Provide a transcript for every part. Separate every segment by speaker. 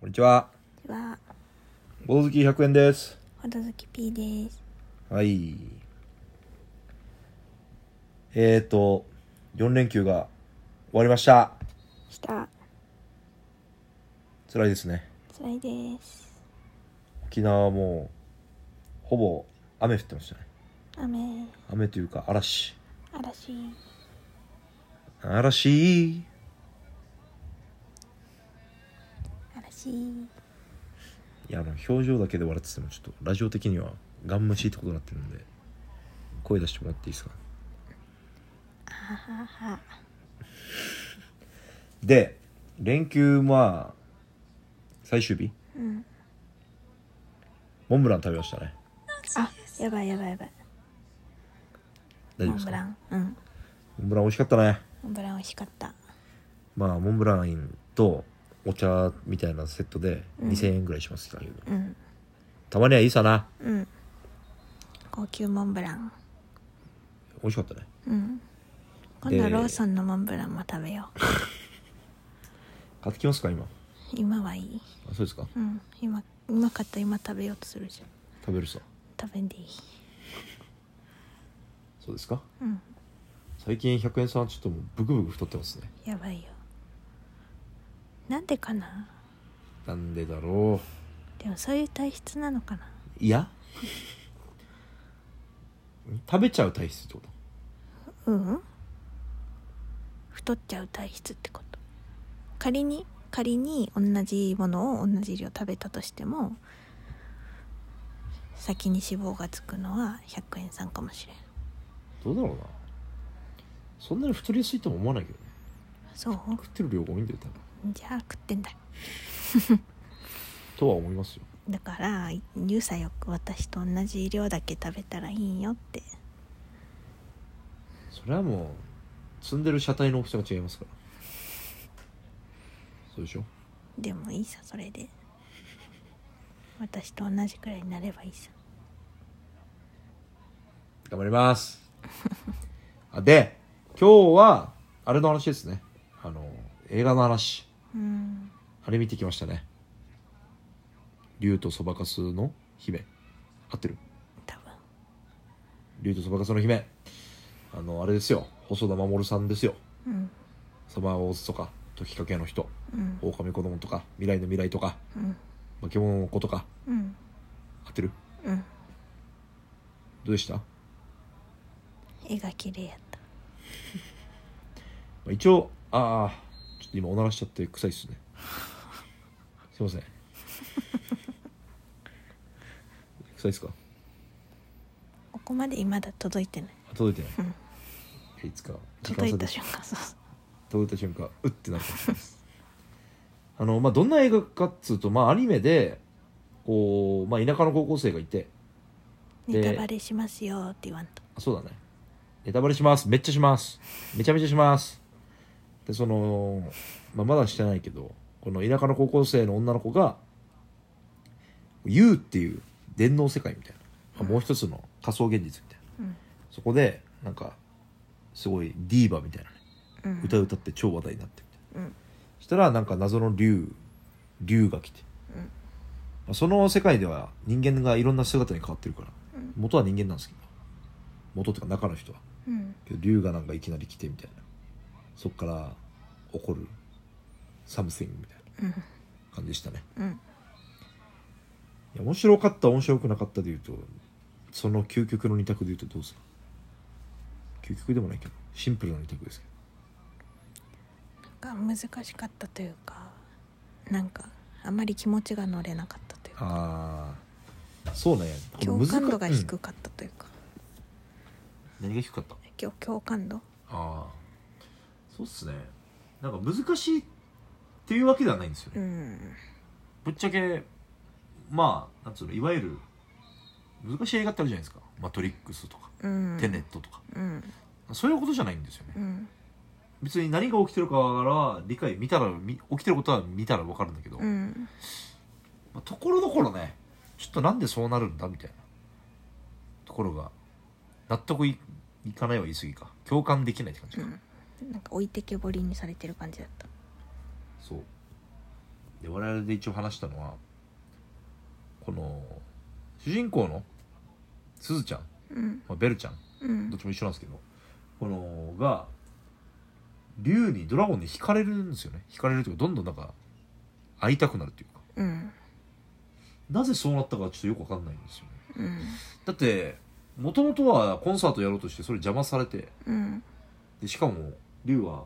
Speaker 1: こんにちは。
Speaker 2: では、
Speaker 1: ボズキ100円です。
Speaker 2: ほどずき P です。
Speaker 1: はい。えーと、4連休が終わりました。
Speaker 2: した、
Speaker 1: 辛いですね。
Speaker 2: 辛いです。
Speaker 1: 沖縄はもう、ほぼ雨降ってましたね。
Speaker 2: 雨、
Speaker 1: 雨というか嵐。
Speaker 2: 嵐、
Speaker 1: 嵐。
Speaker 2: 嵐。
Speaker 1: いや、あの、表情だけで笑ってても、ちょっとラジオ的にはガン無視ってことになってるんで、声出してもらっていいですか。
Speaker 2: あはは。
Speaker 1: で、連休、まあ、最終日
Speaker 2: うん。
Speaker 1: モンブラン食べましたね。
Speaker 2: あ、やばいやばいやばい。
Speaker 1: 大丈夫
Speaker 2: モ
Speaker 1: で
Speaker 2: ン
Speaker 1: す
Speaker 2: ブ
Speaker 1: か
Speaker 2: ラン。うん。
Speaker 1: モンブラン美味しかったね。
Speaker 2: モンブラン美味しかった。
Speaker 1: まあモンブランとお茶みたいなセットで
Speaker 2: うん
Speaker 1: 2000円ぐらいしますけど、
Speaker 2: うん。
Speaker 1: たまにはいいさな
Speaker 2: うん。高級モンブラン。
Speaker 1: 美味しかったね
Speaker 2: うん。今
Speaker 1: で
Speaker 2: 度ローソンのモンブランも食べよう。
Speaker 1: 買ってきますか今
Speaker 2: 今はいい。
Speaker 1: あそうですか
Speaker 2: うん。今、うまかった今食べようとするじゃん。
Speaker 1: 食べるさ
Speaker 2: 食べんでいい。
Speaker 1: そうですか
Speaker 2: うん。
Speaker 1: 最近100円さんちょっともうブクブク太ってますね
Speaker 2: やばいよ。なんでかな
Speaker 1: なんでだろ
Speaker 2: でもそういう体質なのかな
Speaker 1: ういや 食べちゃう体質ってこと
Speaker 2: うん太っちゃう体質ってこと仮に仮に同じものを同じ量食べたとしても先に脂肪がつくのは100円さんかもしれん
Speaker 1: どうだろうなそんなに太りやすいとも思わないけどね
Speaker 2: そう
Speaker 1: 食ってる量が多いんだよ多分
Speaker 2: じゃあ食ってんだ
Speaker 1: とは思いますよ
Speaker 2: だから乳酸よく私と同じ量だけ食べたらいいよって
Speaker 1: それはもう積んでる車体の大きさが違いますからそうでしょ
Speaker 2: でもいいさそれで私と同じくらいになればいいさ
Speaker 1: 頑張ります あで今日はあれの話ですねあの映画の話
Speaker 2: うん
Speaker 1: あれ見てきましたね竜とそばかすの姫合ってる
Speaker 2: 多分
Speaker 1: 竜とそばかすの姫あのあれですよ細田守さんですよ
Speaker 2: うん
Speaker 1: サマーウォーズとか時かけの人
Speaker 2: うん
Speaker 1: 狼子供とか未来の未来とか
Speaker 2: うん
Speaker 1: 化け物の子とか
Speaker 2: うん
Speaker 1: 合ってる
Speaker 2: うん
Speaker 1: どうでした
Speaker 2: 絵が綺麗やった
Speaker 1: まあ一応ああちょっと今おならしちゃって臭いっすね すいません 臭いっすか
Speaker 2: ここまで今だ届いてない
Speaker 1: あ届いて
Speaker 2: う
Speaker 1: なんいいつか時間
Speaker 2: 届
Speaker 1: 差
Speaker 2: いた
Speaker 1: で
Speaker 2: 瞬間そうそう
Speaker 1: 届いた瞬間うってなるかもしれないですあのまあどんな映画かっつうとまあアニメでこうまあ田舎の高校生がいてで
Speaker 2: ネタバレしますよって言わんと
Speaker 1: あそうだねネタバレしますめっちゃしますめちゃめちゃしますでその、まあ、まだしてないけどこの田舎の高校生の女の子が YOU っていう電脳世界みたいな、まあもう一つの仮想現実みたいな
Speaker 2: うん
Speaker 1: そこでなんかすごいディーバみたいなね
Speaker 2: うん
Speaker 1: 歌歌って超話題になってみたいな
Speaker 2: うん
Speaker 1: したらなんか謎の竜竜が来て、
Speaker 2: うん
Speaker 1: まあその世界では人間がいろんな姿に変わってるから、
Speaker 2: うん
Speaker 1: 元は人間なんですけど元っていうか中の人は
Speaker 2: うん
Speaker 1: けど竜がなんかいきなり来てみたいなそっから起こるサムシングみたい
Speaker 2: うん
Speaker 1: な感じでしたね
Speaker 2: うん
Speaker 1: いや面白かった面白くなかったで言うとその究極の二択で言うとどうですか究極でもないけどシンプルな二択ですけ
Speaker 2: が難しかったというかなんかあまり気持ちが乗れなかったという
Speaker 1: ど
Speaker 2: か
Speaker 1: ああそうね
Speaker 2: 共感度が
Speaker 1: 難
Speaker 2: 低かったというか
Speaker 1: うん何が低かった
Speaker 2: 共共感度
Speaker 1: ああそうっすねなんか難しいっていうわけではないんですよね、
Speaker 2: うん
Speaker 1: ぶっちゃけまあなんつうのいわゆる難しい映画ってあるじゃないですか「マトリックス」とか
Speaker 2: う
Speaker 1: 「
Speaker 2: ん
Speaker 1: テネット」とか、
Speaker 2: うん
Speaker 1: そういうことじゃないんですよね
Speaker 2: うん
Speaker 1: 別に何が起きてるかは理解見たらみ起きてることは見たら分かるんだけど、
Speaker 2: う
Speaker 1: ま
Speaker 2: ん
Speaker 1: あ、ところどころねちょっとなんでそうなるんだみたいなところが納得いいかないは言い過ぎか共感できないって感じ
Speaker 2: う
Speaker 1: か、
Speaker 2: んなんか置いてけぼりにされてる感じだった
Speaker 1: そうで我々で一応話したのはこの主人公のすずちゃん、
Speaker 2: うん
Speaker 1: まあ、ベルちゃん
Speaker 2: うん
Speaker 1: どっちも一緒なんですけどこのが竜にドラゴンに惹かれるんですよね惹かれるというかどんどんなんか会いたくなるというか
Speaker 2: うん
Speaker 1: なぜそうなったかはちょっとよくわかんないんですよね
Speaker 2: うん
Speaker 1: だってもともとはコンサートやろうとしてそれ邪魔されて
Speaker 2: うん
Speaker 1: でしかも竜は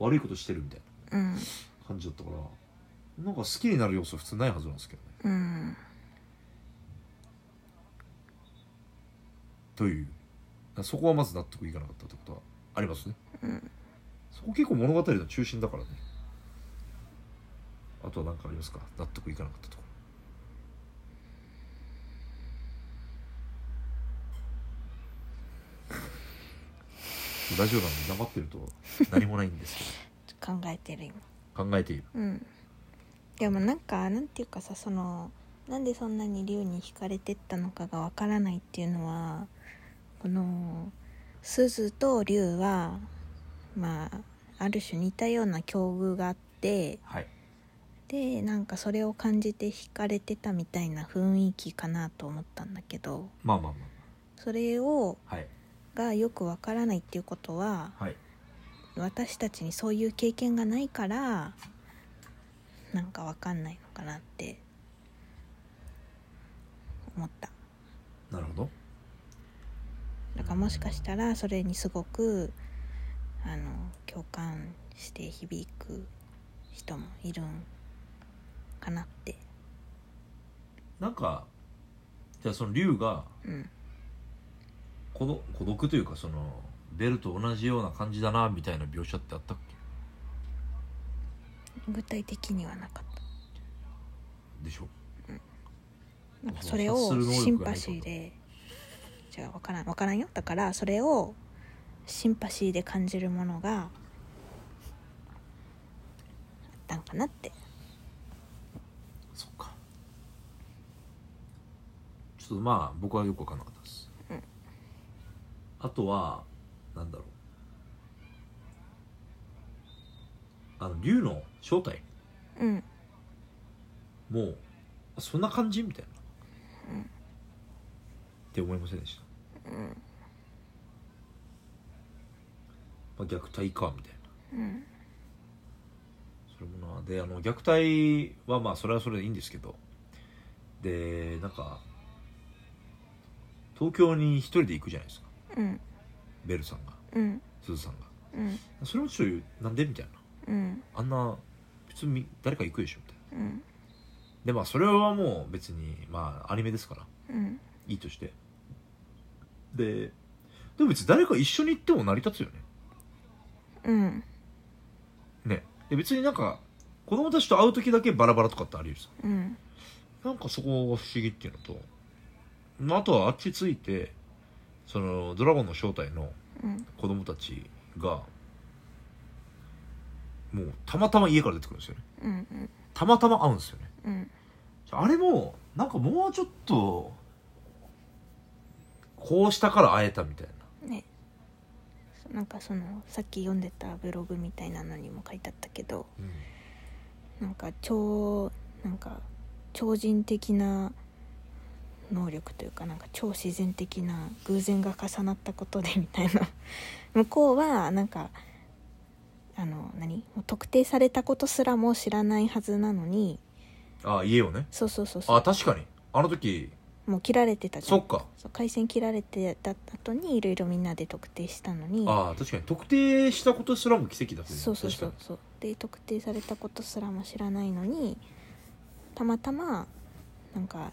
Speaker 1: 悪いことしてるみたい
Speaker 2: うん
Speaker 1: な感じだったからなんか好きになる要素普通ないはずなんですけどね
Speaker 2: うん
Speaker 1: というそこはまず納得いかなかったってことはありますね、
Speaker 2: うん
Speaker 1: そこ結構物語の中心だからねあとは何かありますか納得いかなかったところラジオなのに黙ってると何もないんですけ
Speaker 2: 考えてる今
Speaker 1: ど考えている
Speaker 2: うんでもなんかなんていうかさそのなんでそんなに竜に惹かれてったのかがわからないっていうのはこの鈴と竜はまあある種似たような境遇があって
Speaker 1: はい
Speaker 2: でなんかそれを感じて惹かれてたみたいな雰囲気かなと思ったんだけど
Speaker 1: まあまあま
Speaker 2: それを
Speaker 1: あはい
Speaker 2: がよくわからないっていうことは
Speaker 1: はい
Speaker 2: 私たちにそういう経験がないからなんかわかんないのかなって思った
Speaker 1: なるほど
Speaker 2: だからもしかしたらそれにすごくあの共感して響く人もいるんかなって
Speaker 1: なんかじゃあその龍が
Speaker 2: うん
Speaker 1: 孤独孤独というかそのベルと同じような感じだなみたいな描写ってあったっけ
Speaker 2: 具体的にはなかった
Speaker 1: でしょ
Speaker 2: なんかそれをシンパシーでじゃあ分からん分からんよだからそれをシンパシーで感じるものがあったんかなって
Speaker 1: そっかちょっとまあ僕はよく分かんなかったです、
Speaker 2: うん
Speaker 1: あとはなんだろうあの竜の正体
Speaker 2: うん
Speaker 1: もうあそんな感じみたいな、
Speaker 2: うん
Speaker 1: って思いませんでした、
Speaker 2: うん
Speaker 1: まあ、虐待かみたいな
Speaker 2: うん
Speaker 1: それもなであの虐待はまあそれはそれでいいんですけどでなんか東京に一人で行くじゃないですか
Speaker 2: うん
Speaker 1: ベルさんが
Speaker 2: うん
Speaker 1: すずさんが
Speaker 2: うん
Speaker 1: それもちょっとなんでみたいな
Speaker 2: うん
Speaker 1: あんな普通み誰か行くでしょみたいな
Speaker 2: うん
Speaker 1: でまあそれはもう別にまあアニメですから
Speaker 2: うん
Speaker 1: いいとしてででも別に誰か一緒に行っても成り立つよね
Speaker 2: うん
Speaker 1: ねで別になんか子供たちと会う時だけバラバラとかってあり得るさ
Speaker 2: うん
Speaker 1: なんかそこが不思議っていうのとまああとはあっち着いてそのドラゴンの正体の
Speaker 2: うん
Speaker 1: 子供たちがもうたまたま家から出てくるんですよね
Speaker 2: うん
Speaker 1: たまたま会うんですよね
Speaker 2: うん
Speaker 1: あれもなんかもうちょっとこうしたから会えたみたいな
Speaker 2: ねなんかそのさっき読んでたブログみたいなのにも書いてあったけど、なんか超なんか超人的な能力というかなんか超自然的な偶然が重なったことでみたいな 向こうはなんかあの何もう特定されたことすらも知らないはずなのに
Speaker 1: ああ家をね
Speaker 2: そうそうそうそ
Speaker 1: あ確かにあの時
Speaker 2: うもう切られてたじゃ
Speaker 1: そ
Speaker 2: ん
Speaker 1: っか
Speaker 2: そう回線切られてた後にいろいろみんなで特定したのに
Speaker 1: ああ確かに特定したことすらも奇跡だもんね
Speaker 2: そうそうそう
Speaker 1: 確か
Speaker 2: そうで特定されたことすらも知らないのにたまたまなんか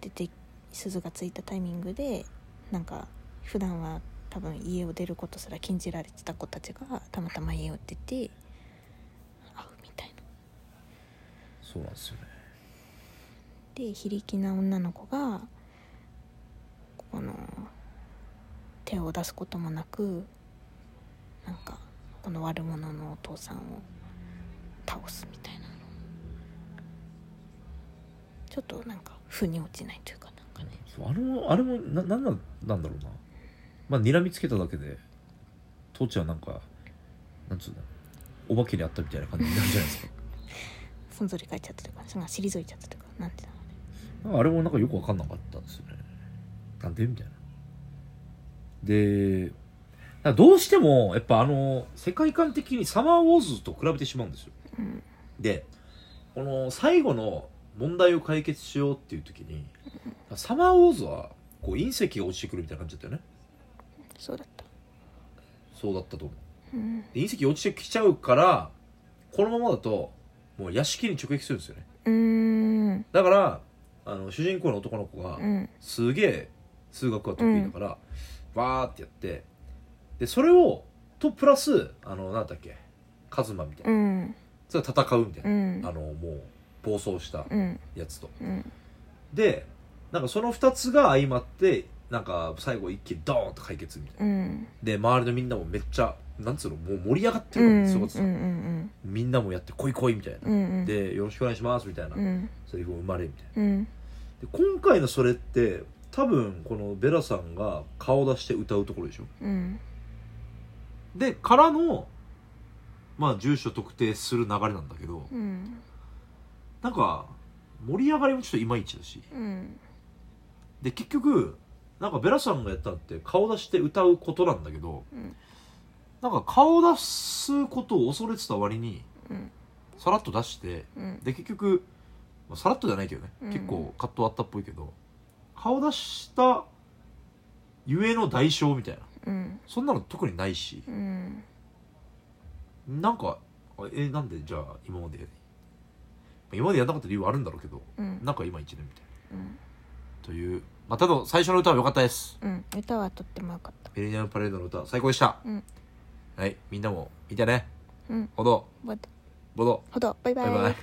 Speaker 2: 出て鈴がついたタイミングでなんか普段は多分家を出ることすら禁じられてた子たちがたまたま家を出て会うみたいな
Speaker 1: にそうなんですよね
Speaker 2: で非力な女の子がこの手を出すこともなくなんかこの悪者のお父さんを倒すみたいなのちょっとなんか腑に落ちないというかなんかね
Speaker 1: そうあれもあれもななんなんなんだろうなまあ睨みつけただけで父ちゃんなんかなんつうのお化けにあったみたいな感じになるじゃないですか
Speaker 2: そそのぞり返っちゃったとかその退いちゃったとかなんてなの
Speaker 1: なんかあれもなんかよく分かんなかったんですよねなんでみたいなでなんかどうしてもやっぱあの世界観的にサマーウォーズと比べてしまうんですよ
Speaker 2: うん
Speaker 1: でこの最後の問題を解決しようっていう時にサマーウォーズはこう隕石が落ちてくるみたいな感じだったよね
Speaker 2: そうだった
Speaker 1: そうだったと思う
Speaker 2: うん
Speaker 1: で隕石落ちてきちゃうからこのままだともう屋敷に直撃するんですよね
Speaker 2: うーん
Speaker 1: だからあの主人公の男の子が
Speaker 2: うん
Speaker 1: すげえ数学が得意だから、バーってやってでそれをとプラスあのなんだっけカズマみたいな、
Speaker 2: うん
Speaker 1: それは戦うみたいな
Speaker 2: う、ん
Speaker 1: あのもう暴走した
Speaker 2: うん
Speaker 1: やつと
Speaker 2: うん
Speaker 1: でなんかその2つが相まってなんか最後一気にドーンと解決みたいな
Speaker 2: うん
Speaker 1: で周りのみんなもめっちゃなんつうのもう盛り上がって
Speaker 2: うんう
Speaker 1: る
Speaker 2: ん
Speaker 1: からすご
Speaker 2: う
Speaker 1: い
Speaker 2: ん
Speaker 1: さ、みんなもやって「来い来い」みたいな、
Speaker 2: うん
Speaker 1: で「よろしくお願いします」みたいな、
Speaker 2: うん
Speaker 1: セリフを生まれみたいな
Speaker 2: うん
Speaker 1: で今回のそれって多分このベラさんが顔出して歌うところでしょ
Speaker 2: うん
Speaker 1: でからのまあ住所特定する流れなんだけど
Speaker 2: うん
Speaker 1: なんか盛り上がりもちょっといまいちだし
Speaker 2: うん
Speaker 1: で結局なんかベラさんがやったのって顔出して歌うことなんだけど、
Speaker 2: うん
Speaker 1: なんか顔出すことを恐れてた割に
Speaker 2: うん
Speaker 1: さらっと出して
Speaker 2: うん
Speaker 1: で結局、まあさらっとじゃないけどね、
Speaker 2: うん
Speaker 1: 結構カットあったっぽいけど顔出したゆえの代償みたいな
Speaker 2: うん
Speaker 1: そんなの特にないし
Speaker 2: うん
Speaker 1: なんかあえなんでじゃあ今までまあ今までやんなかった理由はあるんだろうけど
Speaker 2: うん
Speaker 1: なんか今一年みたい
Speaker 2: うん
Speaker 1: なというまあただ最初の歌は良かったです
Speaker 2: うん歌はとってもよかった
Speaker 1: ミレニアムパレードの歌最高でした、
Speaker 2: うん
Speaker 1: はいみんなも見てね
Speaker 2: うん
Speaker 1: ほど
Speaker 2: ほど
Speaker 1: ほど
Speaker 2: ほどバイバ
Speaker 1: バイ
Speaker 2: イ
Speaker 1: バイ